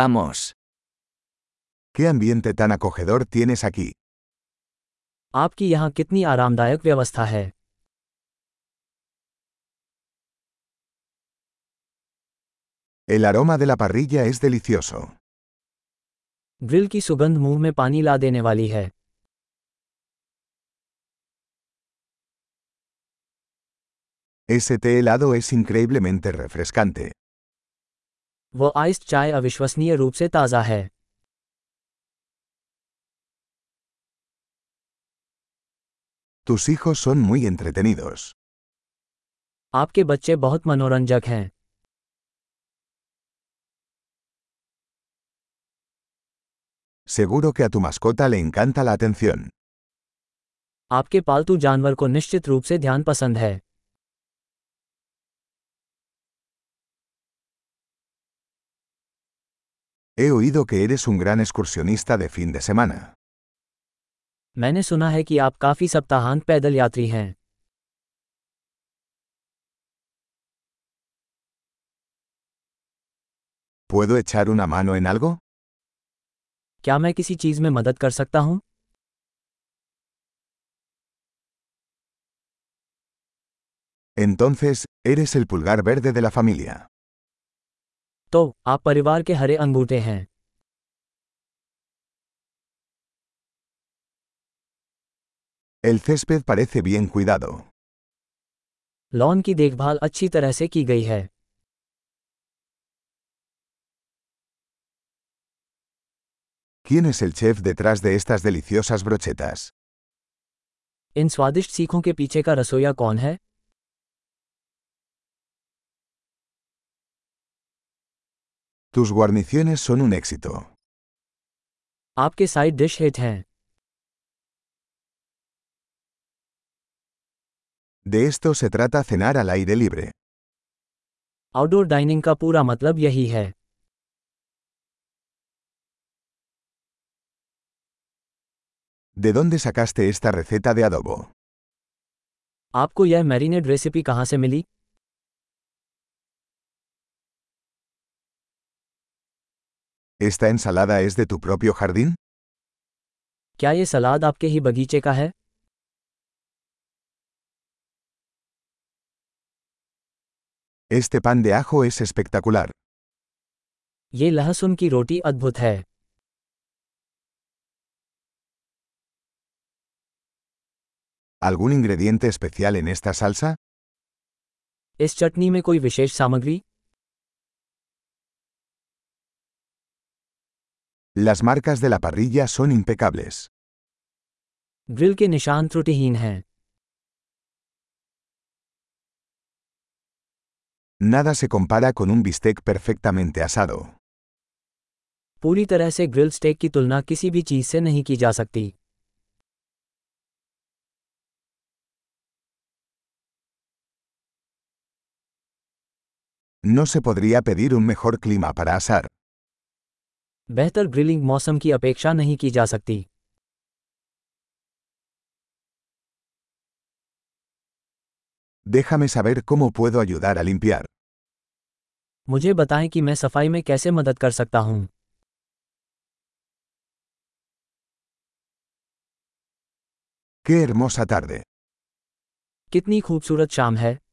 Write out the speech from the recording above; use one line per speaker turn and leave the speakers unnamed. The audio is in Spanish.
Vamos.
¿Qué ambiente tan acogedor tienes aquí?
आपकी यहाँ कितनी आरामदायक व्यवस्था है
El aroma de la parrilla es delicioso.
ग्रिल की सुगंध मुंह में पानी ला देने वाली है
Ese té helado es increíblemente refrescante.
वो आइस्ड चाय अविश्वसनीय रूप से ताज़ा है
Tus hijos son muy entretenidos.
आपके बच्चे बहुत मनोरंजक हैं
Seguro que a tu mascota le encanta la atención.
आपके पालतू जानवर को निश्चित रूप से ध्यान पसंद है
He oído que eres un gran excursionista de fin de semana.
मैंने सुना है कि आप काफ़ी सप्ताहांत पैदल यात्री हैं
¿Puedo echar una mano en algo?
क्या मैं किसी चीज़ में मदद कर सकता हूँ
Entonces, eres el pulgar verde de la familia.
तो आप परिवार के हरे अंगूठे हैं
El césped parece bien cuidado.
लॉन की देखभाल अच्छी तरह से की गई है
¿Quién es el chef detrás de estas deliciosas brochetas?
इन स्वादिष्ट सीखों के पीछे का रसोईया कौन है
Tus guarniciones son un éxito.
आपके साइड डिश हिट हैं
De esto se trata cenar al aire libre.
आउटडोर डाइनिंग का पूरा मतलब यही है
¿De dónde sacaste esta receta de adobo?
आपको यह मैरिनेड रेसिपी कहाँ से मिली
¿Esta ensalada es de tu propio jardín?
क्या ये सलाद आपके ही बगीचे का है
Este pan de ajo es espectacular.
ये लहसुन की रोटी अद्भुत है
¿Algún ingrediente especial en esta salsa?
इस चटनी में कोई विशेष सामग्री
Las marcas de la parrilla son impecables.
ग्रिल के निशान त्रुटिहीन हैं
Nada se compara con un bistec perfectamente asado.
पूरी तरह से ग्रिल स्टेक की तुलना किसी भी चीज़ से नहीं की जा सकती
No se podría pedir un mejor clima para asar.
बेहतर ग्रिलिंग मौसम की अपेक्षा नहीं की जा सकती
Déjame saber cómo puedo ayudar a limpiar.
मुझे बताएं कि मैं सफाई में कैसे मदद कर सकता हूँ
¡Qué hermosa tarde!
कितनी खूबसूरत शाम है